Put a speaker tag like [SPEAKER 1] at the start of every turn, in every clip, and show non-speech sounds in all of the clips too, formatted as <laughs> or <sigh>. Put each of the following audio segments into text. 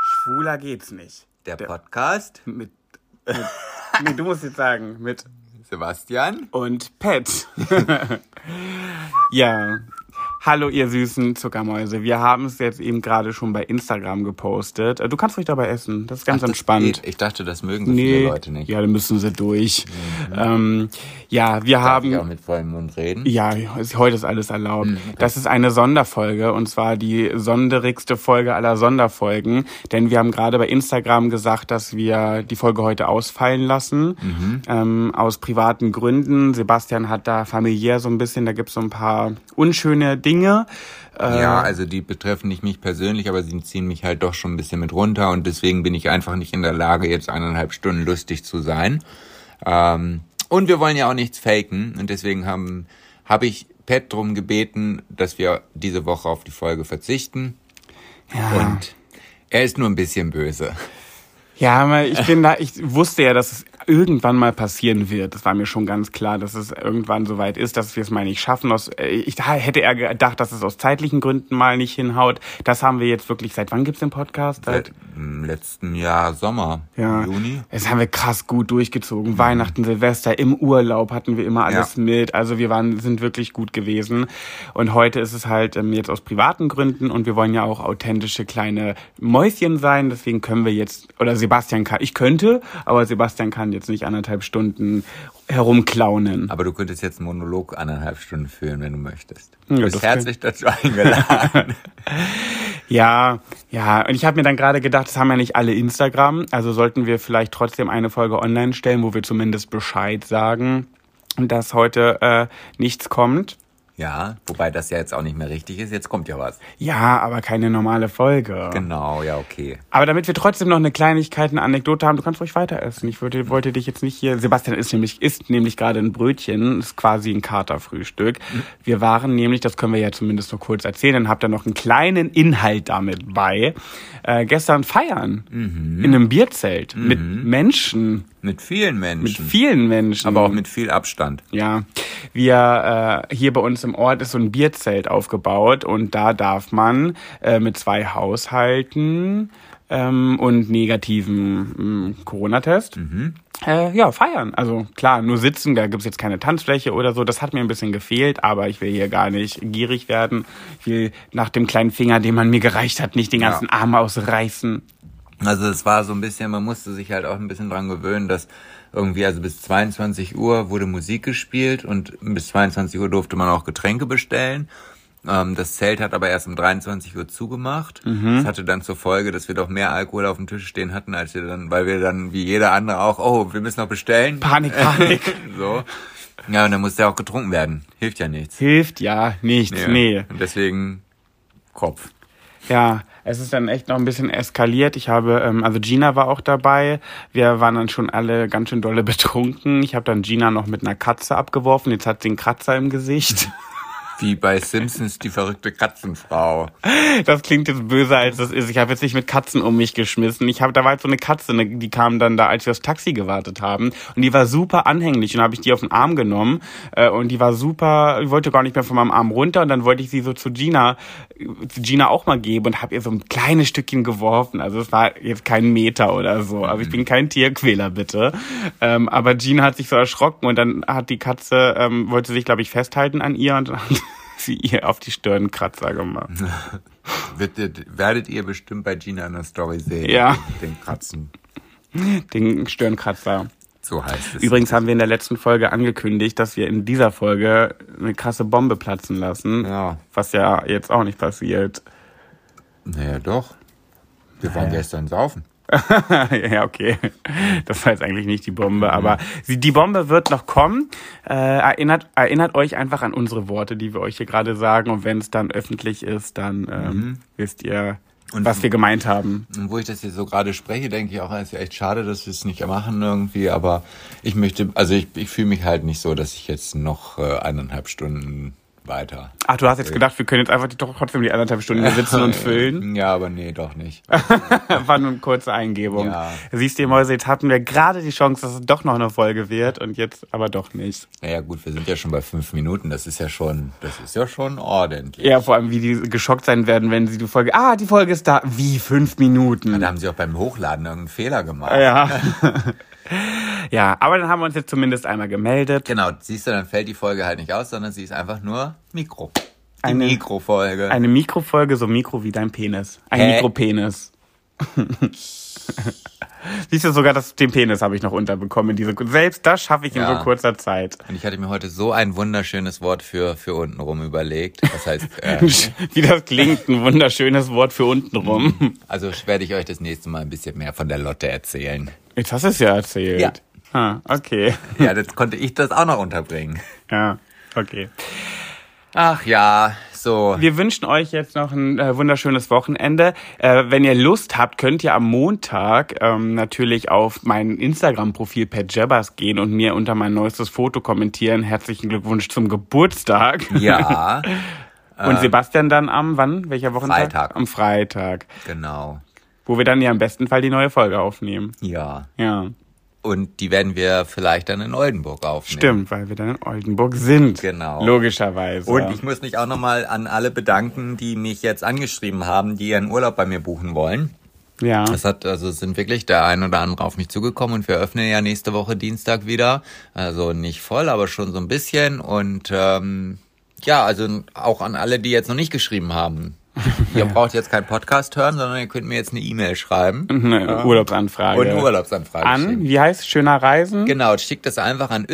[SPEAKER 1] Schneller geht's nicht.
[SPEAKER 2] Der Podcast <laughs>
[SPEAKER 1] Mit. mit nee, du musst jetzt sagen, mit
[SPEAKER 2] Sebastian.
[SPEAKER 1] und Pet. <laughs> ja. Hallo, ihr süßen Zuckermäuse. Wir haben es jetzt eben gerade schon bei Instagram gepostet. Äh, Du kannst ruhig dabei essen. Das ist ganz entspannt.
[SPEAKER 2] Ich dachte, das mögen so
[SPEAKER 1] nee,
[SPEAKER 2] viele Leute nicht. Mhm.
[SPEAKER 1] ja, dann müssen sie durch. Ähm, ja, wir
[SPEAKER 2] Darf ich auch
[SPEAKER 1] haben.
[SPEAKER 2] mit vollem Mund reden.
[SPEAKER 1] Ja, ist- heute ist alles erlaubt. Das ist eine Sonderfolge und zwar die sonderigste Folge aller Sonderfolgen, denn wir haben gerade bei Instagram gesagt, dass wir die Folge heute ausfallen lassen, ähm, aus privaten Gründen. Sebastian hat da familiär so ein bisschen, da gibt es so ein paar unschöne Dinge.
[SPEAKER 2] Ja, also die betreffen nicht mich persönlich, aber sie ziehen mich halt doch schon ein bisschen mit runter und deswegen bin ich einfach nicht in der Lage, jetzt eineinhalb Stunden lustig zu sein. Ähm, und wir wollen ja auch nichts faken und deswegen haben habe ich Pat drum gebeten, dass wir diese Woche auf die Folge verzichten. Und er ist nur ein bisschen böse.
[SPEAKER 1] Ja, aber ich bin da, ich wusste ja, dass es irgendwann mal passieren wird. Das war mir schon ganz klar, dass es irgendwann soweit ist, dass wir es mal nicht schaffen. Aus, äh, ich da hätte eher gedacht, dass es aus zeitlichen Gründen mal nicht hinhaut. Das haben wir jetzt wirklich, seit wann gibt's den Podcast?
[SPEAKER 2] Seit im letzten Jahr Sommer,
[SPEAKER 1] ja,
[SPEAKER 2] Juni.
[SPEAKER 1] Das haben wir krass gut durchgezogen. Weihnachten, Silvester, im Urlaub hatten wir immer alles
[SPEAKER 2] Ja.
[SPEAKER 1] mit. Also wir waren, sind wirklich gut gewesen. Und heute ist es halt ähm, jetzt aus privaten Gründen und wir wollen ja auch authentische kleine Mäuschen sein. Deswegen können wir jetzt, oder Sebastian kann, ich könnte, aber Sebastian kann jetzt nicht anderthalb Stunden herumklaunen.
[SPEAKER 2] Aber du könntest jetzt einen Monolog anderthalb Stunden führen, wenn du möchtest.
[SPEAKER 1] Ja,
[SPEAKER 2] Du bist
[SPEAKER 1] das wär-
[SPEAKER 2] herzlich dazu
[SPEAKER 1] <laughs>
[SPEAKER 2] eingeladen.
[SPEAKER 1] Ja, ja. Und ich habe mir dann gerade gedacht, das haben ja nicht alle Instagram. Also sollten wir vielleicht trotzdem eine Folge online stellen, wo wir zumindest Bescheid sagen, dass heute äh, nichts kommt.
[SPEAKER 2] ja, wobei das ja jetzt auch nicht mehr richtig ist. Jetzt kommt ja was.
[SPEAKER 1] Ja, aber keine normale Folge.
[SPEAKER 2] Genau, ja, okay.
[SPEAKER 1] Aber damit wir trotzdem noch eine Kleinigkeit, eine Anekdote haben, du kannst ruhig weiter essen. Ich würde, wollte dich jetzt nicht hier. Sebastian ist nämlich, isst nämlich gerade ein Brötchen, ist quasi ein Katerfrühstück. Wir waren nämlich, das können wir ja zumindest noch kurz erzählen, dann habt ihr noch einen kleinen Inhalt damit bei. Äh, gestern feiern
[SPEAKER 2] Mhm.
[SPEAKER 1] in einem Bierzelt mit Menschen,
[SPEAKER 2] Mit vielen
[SPEAKER 1] mit
[SPEAKER 2] Mhm. Menschen.
[SPEAKER 1] vielen Menschen.
[SPEAKER 2] aber auch mit viel Abstand.
[SPEAKER 1] Ja, wir äh, hier bei uns im Ort ist so ein Bierzelt aufgebaut und da darf man äh, mit zwei Haushalten ähm, und negativen mm, Corona-Test äh, ja feiern. Also klar, nur sitzen, da gibt's jetzt keine Tanzfläche oder so. Das hat mir ein bisschen gefehlt, aber ich will hier gar nicht gierig werden. Ich will nach dem kleinen Finger, den man mir gereicht hat, nicht den
[SPEAKER 2] Ja.
[SPEAKER 1] ganzen Arm ausreißen.
[SPEAKER 2] Also es war so ein bisschen, man musste sich halt auch ein bisschen dran gewöhnen, dass irgendwie, also bis 22 Uhr wurde Musik gespielt und bis 22 Uhr durfte man auch Getränke bestellen. Ähm, das Zelt hat aber erst um 23 Uhr zugemacht. Das hatte dann zur Folge, dass wir doch mehr Alkohol auf dem Tisch stehen hatten, als wir dann, weil wir dann wie jeder andere auch, oh, wir müssen noch bestellen.
[SPEAKER 1] Panik, Panik.
[SPEAKER 2] so. Ja, und dann musste ja auch getrunken werden. Hilft ja nichts.
[SPEAKER 1] Hilft ja nichts,
[SPEAKER 2] Ja.
[SPEAKER 1] nee.
[SPEAKER 2] Und deswegen Kopf.
[SPEAKER 1] Ja, es ist dann echt noch ein bisschen eskaliert. Ich habe, ähm, also Gina war auch dabei. Wir waren dann schon alle ganz schön dolle betrunken. Ich habe dann Gina noch mit einer Katze abgeworfen. Jetzt hat sie einen Kratzer im Gesicht.
[SPEAKER 2] Wie bei Simpsons die verrückte Katzenfrau.
[SPEAKER 1] Das klingt jetzt böser, als das ist. Ich habe jetzt nicht mit Katzen um mich geschmissen. Ich habe, da war jetzt so eine Katze, ne, die kam dann da, als wir aufs Taxi gewartet haben. Und die war super anhänglich. Und dann habe ich die auf den Arm genommen. Äh, und die war super, ich wollte gar nicht mehr von meinem Arm runter. Und dann wollte ich sie so zu Gina, äh, zu Gina auch mal geben und habe ihr so ein kleines Stückchen geworfen. Also es war jetzt kein Meter oder so. Aber ich bin kein Tierquäler, bitte. Ähm, aber Gina hat sich so erschrocken und dann hat die Katze, ähm, wollte sich, glaube ich, festhalten an ihr und dann <laughs> hat sie ihr auf die Stirn einen Kratzer gemacht.
[SPEAKER 2] Werdet, werdet ihr bestimmt bei Gina in der Story sehen.
[SPEAKER 1] Ja.
[SPEAKER 2] Den Kratzen.
[SPEAKER 1] den Stirnkratzer.
[SPEAKER 2] So heißt es.
[SPEAKER 1] Übrigens haben wir in der letzten Folge angekündigt, dass wir in dieser Folge eine krasse Bombe platzen lassen.
[SPEAKER 2] Ja.
[SPEAKER 1] Was ja jetzt auch nicht passiert. <laughs>
[SPEAKER 2] Naja, doch. Wir waren gestern saufen.
[SPEAKER 1] ja, okay. Das war jetzt eigentlich nicht die Bombe,
[SPEAKER 2] Mhm.
[SPEAKER 1] aber sie, die Bombe wird noch kommen. Äh, erinnert, erinnert euch einfach an unsere Worte, die wir euch hier gerade sagen. Und wenn es dann öffentlich ist, dann ähm, wisst ihr,
[SPEAKER 2] Mhm. Und-
[SPEAKER 1] was wir gemeint haben.
[SPEAKER 2] Und wo ich das hier so gerade spreche, denke ich auch, es ist ja echt schade, dass wir es nicht machen irgendwie. Aber ich möchte, also ich, ich fühle mich halt nicht so, dass ich jetzt noch äh, eineinhalb Stunden weiter.
[SPEAKER 1] Ach, Ah, du hast
[SPEAKER 2] Äh.
[SPEAKER 1] jetzt gedacht, wir können jetzt einfach die, doch trotzdem die anderthalb Stunden hier sitzen
[SPEAKER 2] <laughs>
[SPEAKER 1] und füllen. Ah.
[SPEAKER 2] Ja, aber nee, doch nicht.
[SPEAKER 1] <laughs> War nur eine kurze Eingebung.
[SPEAKER 2] Ja.
[SPEAKER 1] Siehst du, Mäuse, jetzt hatten wir gerade die Chance, dass es doch noch eine Folge wird und jetzt aber doch nicht.
[SPEAKER 2] Naja, gut, wir sind ja schon bei fünf Minuten. Das ist ja schon, das ist ja schon ordentlich.
[SPEAKER 1] Ja, vor allem, wie die geschockt sein werden, wenn sie die Folge, ah, die Folge ist da, wie fünf Minuten.
[SPEAKER 2] Da haben sie auch beim Hochladen irgendeinen Fehler gemacht.
[SPEAKER 1] Ja. <laughs> ja, aber dann haben wir uns jetzt zumindest einmal gemeldet.
[SPEAKER 2] Genau, siehst du, dann fällt die Folge halt nicht aus, sondern sie ist einfach nur Mikro. Die
[SPEAKER 1] Eine-
[SPEAKER 2] Mikrofolge.
[SPEAKER 1] Eine Mikrofolge, so Mikro wie dein Penis. Ein
[SPEAKER 2] Hä?
[SPEAKER 1] Mikropenis. <laughs> Siehst du sogar, das, den Penis habe ich noch unterbekommen. Diese, selbst das schaffe ich in
[SPEAKER 2] Ja.
[SPEAKER 1] so kurzer Zeit. <laughs>
[SPEAKER 2] Und ich hatte mir heute so ein wunderschönes Wort für, für untenrum überlegt.
[SPEAKER 1] <laughs>
[SPEAKER 2] Das heißt, äh,
[SPEAKER 1] Wie das klingt, ein wunderschönes Wort für untenrum.
[SPEAKER 2] also werde ich euch das nächste Mal ein bisschen mehr von der Lotte erzählen.
[SPEAKER 1] Jetzt hast du es ja erzählt.
[SPEAKER 2] Ja.
[SPEAKER 1] Ah, okay. <laughs>
[SPEAKER 2] Ja, jetzt konnte ich das auch noch unterbringen.
[SPEAKER 1] Ja, okay.
[SPEAKER 2] Ach ja,
[SPEAKER 1] <laughs>
[SPEAKER 2] so.
[SPEAKER 1] Wir wünschen euch jetzt noch ein äh, wunderschönes Wochenende. Äh, wenn ihr Lust habt, könnt ihr am Montag ähm, natürlich auf mein Instagram-Profil per Jabbers gehen und mir unter mein neuestes Foto kommentieren. Herzlichen Glückwunsch zum Geburtstag.
[SPEAKER 2] Ja,
[SPEAKER 1] Und Sebastian dann am, wann? Welcher Wochentag?
[SPEAKER 2] Freitag.
[SPEAKER 1] Am Freitag.
[SPEAKER 2] genau.
[SPEAKER 1] Wo wir dann ja im besten Fall die neue Folge aufnehmen.
[SPEAKER 2] Ja.
[SPEAKER 1] Ja,
[SPEAKER 2] Und die werden wir vielleicht dann in Oldenburg aufnehmen.
[SPEAKER 1] stimmt, weil wir dann in Oldenburg sind.
[SPEAKER 2] Genau.
[SPEAKER 1] Logischerweise.
[SPEAKER 2] Und ich muss mich auch nochmal an alle bedanken, die mich jetzt angeschrieben haben, die ihren Urlaub bei mir buchen wollen.
[SPEAKER 1] ja.
[SPEAKER 2] Es hat, also es sind wirklich der ein oder andere auf mich zugekommen und wir öffnen ja nächste Woche Dienstag wieder. Also nicht voll, aber schon so ein bisschen. Und ähm, ja, also auch an alle, die jetzt noch nicht geschrieben haben. Ihr braucht jetzt keinen Podcast hören, sondern ihr könnt mir jetzt eine E-Mail schreiben
[SPEAKER 1] Eine Urlaubsanfrage.
[SPEAKER 2] und eine Urlaubsanfrage
[SPEAKER 1] An,
[SPEAKER 2] schicken.
[SPEAKER 1] wie heißt schöner Reisen?
[SPEAKER 2] Genau, schickt das einfach an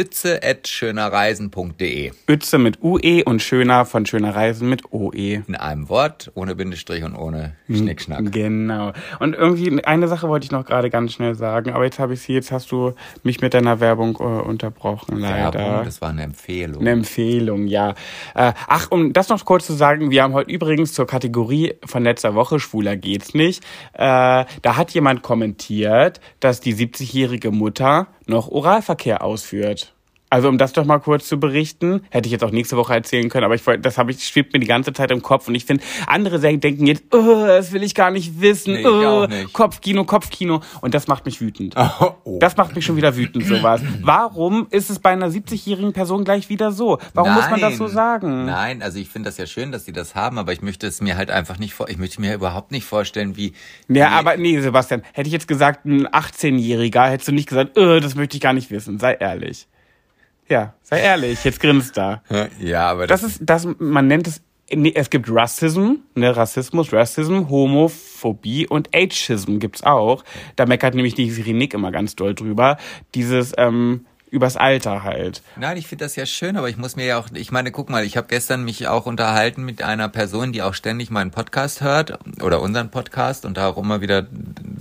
[SPEAKER 2] ütze.schönerreisen.de.
[SPEAKER 1] Bütze mit UE und Schöner von Schöner Reisen mit E. OE.
[SPEAKER 2] In einem Wort, ohne Bindestrich und ohne Schnickschnack.
[SPEAKER 1] Genau. Und irgendwie eine Sache wollte ich noch gerade ganz schnell sagen, aber jetzt habe ich sie, jetzt hast du mich mit deiner Werbung äh, unterbrochen, leider.
[SPEAKER 2] Werbung, das war eine Empfehlung.
[SPEAKER 1] Eine Empfehlung, ja. Äh, ach, um das noch kurz zu sagen, wir haben heute übrigens zur Kategorie von letzter Woche, schwuler geht's nicht, äh, da hat jemand kommentiert, dass die 70-jährige Mutter noch Oralverkehr ausführt. Also um das doch mal kurz zu berichten, hätte ich jetzt auch nächste Woche erzählen können, aber ich wollte, das habe ich schwebt mir die ganze Zeit im Kopf und ich finde, andere sehr- denken jetzt, oh, das will ich gar nicht wissen,
[SPEAKER 2] Nee, ich
[SPEAKER 1] oh,
[SPEAKER 2] auch nicht.
[SPEAKER 1] Kopfkino, Kopfkino und das macht mich wütend.
[SPEAKER 2] <laughs> oh.
[SPEAKER 1] Das macht mich schon wieder <clears throat> wütend, sowas. Warum ist es bei einer 70-jährigen Person gleich wieder so? Warum muss man das so
[SPEAKER 2] Nein.
[SPEAKER 1] sagen?
[SPEAKER 2] Nein, also ich finde das ja schön, dass sie das haben, aber ich möchte es mir halt einfach nicht vor, ich möchte mir überhaupt nicht vorstellen, wie.
[SPEAKER 1] Ja,
[SPEAKER 2] wie-
[SPEAKER 1] aber nee, Sebastian, hätte ich jetzt gesagt, ein 18-Jähriger, hättest du nicht gesagt, äh, das möchte ich gar nicht wissen. Sei ehrlich. Ja, sei ehrlich, jetzt grinst da.
[SPEAKER 2] <laughs> Ja, aber das,
[SPEAKER 1] Das ist, das, man nennt es, nee, es gibt Rassism, ne, Rassismus, Rassism, Homophobie und Ageism gibt's auch. Da meckert nämlich die Nick immer ganz doll drüber. Dieses, ähm, übers Alter halt.
[SPEAKER 2] Nein, ich finde das ja schön, aber ich muss mir ja auch, ich meine, guck mal, ich habe gestern mich auch unterhalten mit einer Person, die auch ständig meinen Podcast hört oder unseren Podcast und da auch immer wieder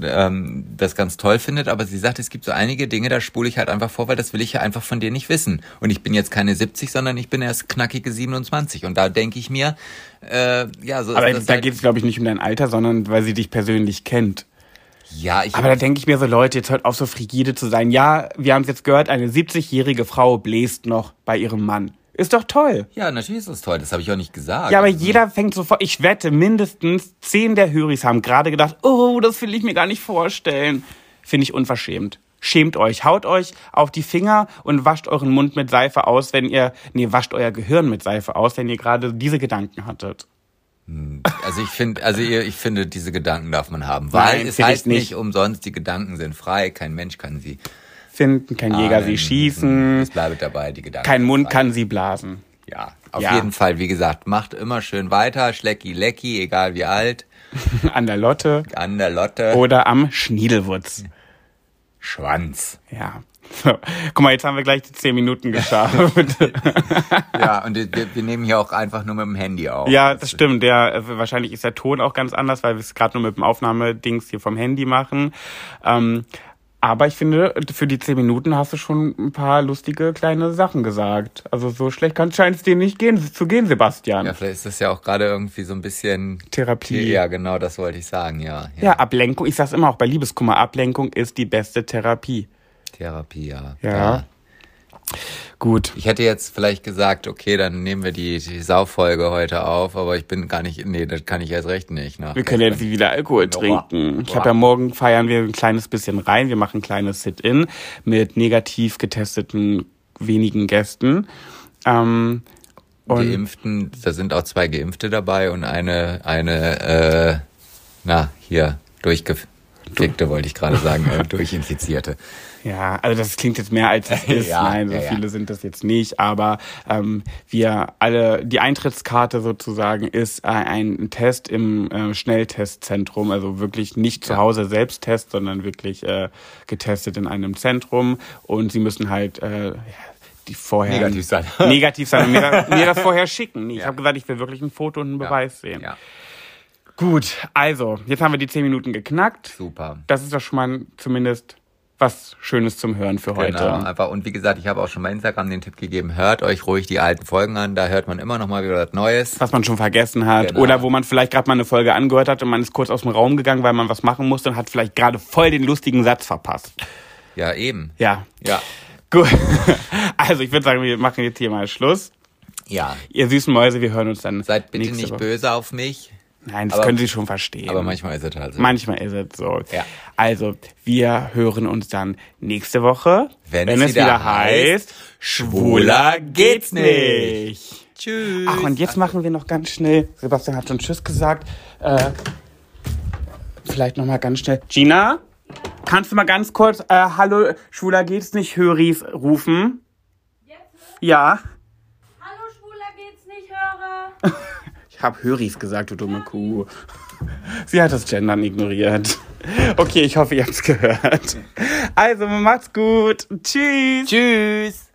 [SPEAKER 2] ähm, das ganz toll findet, aber sie sagt, es gibt so einige Dinge, da spule ich halt einfach vor, weil das will ich ja einfach von dir nicht wissen. Und ich bin jetzt keine 70, sondern ich bin erst knackige 27 und da denke ich mir, äh, ja, so
[SPEAKER 1] Aber
[SPEAKER 2] ist das
[SPEAKER 1] da
[SPEAKER 2] halt-
[SPEAKER 1] geht's, glaube ich, nicht um dein Alter, sondern weil sie dich persönlich kennt.
[SPEAKER 2] Ja, ich
[SPEAKER 1] Aber da denke ich mir so, Leute, jetzt hört auf, so frigide zu sein. Ja, wir haben es jetzt gehört, eine 70-jährige Frau bläst noch bei ihrem Mann. Ist doch toll.
[SPEAKER 2] Ja, natürlich ist das toll, das habe ich auch nicht gesagt.
[SPEAKER 1] Ja, aber
[SPEAKER 2] Also,
[SPEAKER 1] jeder fängt sofort, ich wette, mindestens zehn der Höris haben gerade gedacht, oh, das will ich mir gar nicht vorstellen. Finde ich unverschämt. Schämt euch, haut euch auf die Finger und wascht euren Mund mit Seife aus, wenn ihr, nee, wascht euer Gehirn mit Seife aus, wenn ihr gerade diese Gedanken hattet.
[SPEAKER 2] Also ich finde, also ihr- ich finde, diese Gedanken darf man haben, weil
[SPEAKER 1] Nein,
[SPEAKER 2] es
[SPEAKER 1] find ich
[SPEAKER 2] heißt nicht.
[SPEAKER 1] nicht.
[SPEAKER 2] umsonst, die Gedanken sind frei, kein Mensch kann sie.
[SPEAKER 1] Finden kann Jäger sie
[SPEAKER 2] ahnen.
[SPEAKER 1] schießen,
[SPEAKER 2] Es bleibt dabei, die Gedanken.
[SPEAKER 1] kein
[SPEAKER 2] sind
[SPEAKER 1] Mund
[SPEAKER 2] frei.
[SPEAKER 1] kann sie blasen. <laughs>
[SPEAKER 2] Ja, auf
[SPEAKER 1] Ja.
[SPEAKER 2] jeden Fall, wie gesagt, macht immer schön weiter, schlecki lecki, egal wie alt,
[SPEAKER 1] An der Lotte
[SPEAKER 2] an der Lotte,
[SPEAKER 1] oder am Schniedelwurz.
[SPEAKER 2] Schwanz.
[SPEAKER 1] Ja. So. Guck mal, jetzt haben wir gleich die 10 Minuten
[SPEAKER 2] <laughs>
[SPEAKER 1] geschafft.
[SPEAKER 2] Ja, und wir, wir nehmen hier auch einfach nur mit dem Handy auf.
[SPEAKER 1] ja, das stimmt. Der, äh, wahrscheinlich ist der Ton auch ganz anders, weil wir es gerade nur mit dem Aufnahmedings hier vom Handy machen. Ähm, aber ich finde, für die 10 Minuten hast du schon ein paar lustige kleine Sachen gesagt. Also so schlecht kann scheint es dir nicht gehen, zu gehen, Sebastian.
[SPEAKER 2] Ja, vielleicht ist das ja auch gerade irgendwie so ein bisschen
[SPEAKER 1] Therapie.
[SPEAKER 2] Ja, genau, das wollte ich sagen, ja.
[SPEAKER 1] Ja, Ablenkung, ich sag's immer auch bei Liebeskummer, Ablenkung ist die beste Therapie.
[SPEAKER 2] Therapie, ja.
[SPEAKER 1] Ja.
[SPEAKER 2] Da,
[SPEAKER 1] Gut.
[SPEAKER 2] Ich hätte jetzt vielleicht gesagt, okay, dann nehmen wir die, die Saufolge heute auf, aber ich bin gar nicht, nee, das kann ich erst recht nicht. Nach
[SPEAKER 1] Wir können jetzt wieder Alkohol trinken. Ich habe ja morgen feiern wir ein kleines bisschen rein. Wir machen ein kleines Sit-in mit negativ getesteten wenigen Gästen. Ähm, und
[SPEAKER 2] Geimpften, da sind auch zwei Geimpfte dabei und eine, eine, äh, na, hier, durchgefickte, wollte ich gerade sagen, äh, durchinfizierte.
[SPEAKER 1] ja, also das klingt jetzt mehr
[SPEAKER 2] <laughs>
[SPEAKER 1] als es ist.
[SPEAKER 2] Ja,
[SPEAKER 1] Nein, so
[SPEAKER 2] ja, ja.
[SPEAKER 1] viele sind das jetzt nicht, aber ähm, wir alle, die Eintrittskarte sozusagen ist äh, ein Test im äh, Schnelltestzentrum, also wirklich nicht zu Hause Selbsttest, sondern wirklich äh, getestet in einem Zentrum und sie müssen halt äh, die vorher
[SPEAKER 2] Negativ sein.
[SPEAKER 1] <laughs> negativ sein und mir, da- mir
[SPEAKER 2] <laughs>
[SPEAKER 1] das vorher schicken. Ich habe gesagt, <laughs> ich will wirklich ein Foto und einen Beweis sehen.
[SPEAKER 2] Ja,
[SPEAKER 1] Gut, also, jetzt haben wir die 10 Minuten geknackt.
[SPEAKER 2] super.
[SPEAKER 1] Das ist doch schon mal zumindest was Schönes zum Hören für heute.
[SPEAKER 2] Genau, einfach. Und wie gesagt, ich habe auch schon bei Instagram den Tipp gegeben, hört euch ruhig die alten Folgen an, da hört man immer noch mal wieder was Neues.
[SPEAKER 1] Was man schon vergessen hat.
[SPEAKER 2] Genau.
[SPEAKER 1] Oder wo man vielleicht gerade mal eine Folge angehört hat und man ist kurz aus dem Raum gegangen, weil man was machen musste und hat vielleicht gerade voll den lustigen Satz verpasst.
[SPEAKER 2] Ja, eben.
[SPEAKER 1] Ja.
[SPEAKER 2] Ja.
[SPEAKER 1] Gut. <laughs> Also, ich würde sagen, wir machen jetzt hier mal Schluss.
[SPEAKER 2] Ja.
[SPEAKER 1] Ihr süßen Mäuse, wir hören uns dann.
[SPEAKER 2] Seid bitte
[SPEAKER 1] nächste
[SPEAKER 2] nicht
[SPEAKER 1] Woche.
[SPEAKER 2] böse auf mich,
[SPEAKER 1] Nein, das
[SPEAKER 2] aber-
[SPEAKER 1] können Sie schon verstehen.
[SPEAKER 2] aber manchmal ist es halt so.
[SPEAKER 1] Manchmal ist es so.
[SPEAKER 2] Ja.
[SPEAKER 1] Also, wir hören uns dann nächste Woche,
[SPEAKER 2] Wenn es wieder heißt,
[SPEAKER 1] Schwuler geht's nicht.
[SPEAKER 2] Tschüss.
[SPEAKER 1] Ach, und jetzt machen wir noch ganz schnell, Sebastian hat schon Tschüss gesagt, äh, vielleicht nochmal ganz schnell. Gina, kannst du mal ganz kurz, äh, hallo, Schwuler geht's nicht, Höris rufen?
[SPEAKER 3] Jetzt?
[SPEAKER 1] Ja,
[SPEAKER 3] Hallo, Schwuler geht's nicht, Hörer.
[SPEAKER 1] ich hab Höris gesagt, du dumme Kuh. <laughs> Sie hat das Gendern ignoriert. Okay, ich hoffe, ihr habt's gehört. Also, macht's gut. Tschüss.
[SPEAKER 2] Tschüss.